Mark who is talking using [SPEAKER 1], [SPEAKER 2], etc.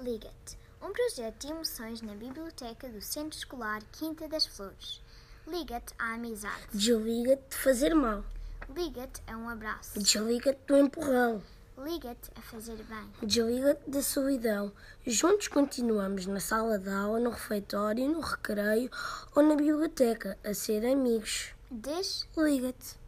[SPEAKER 1] Liga-te. Um projeto de emoções na biblioteca do Centro Escolar Quinta das Flores. Liga-te à amizade.
[SPEAKER 2] Desliga-te de fazer mal.
[SPEAKER 1] Liga-te a um abraço.
[SPEAKER 2] Desliga-te do empurrão.
[SPEAKER 1] Liga-te a fazer bem.
[SPEAKER 2] Desliga-te da solidão. Juntos continuamos na sala de aula, no refeitório, no recreio ou na biblioteca a ser amigos.
[SPEAKER 1] Des
[SPEAKER 2] Liga-te.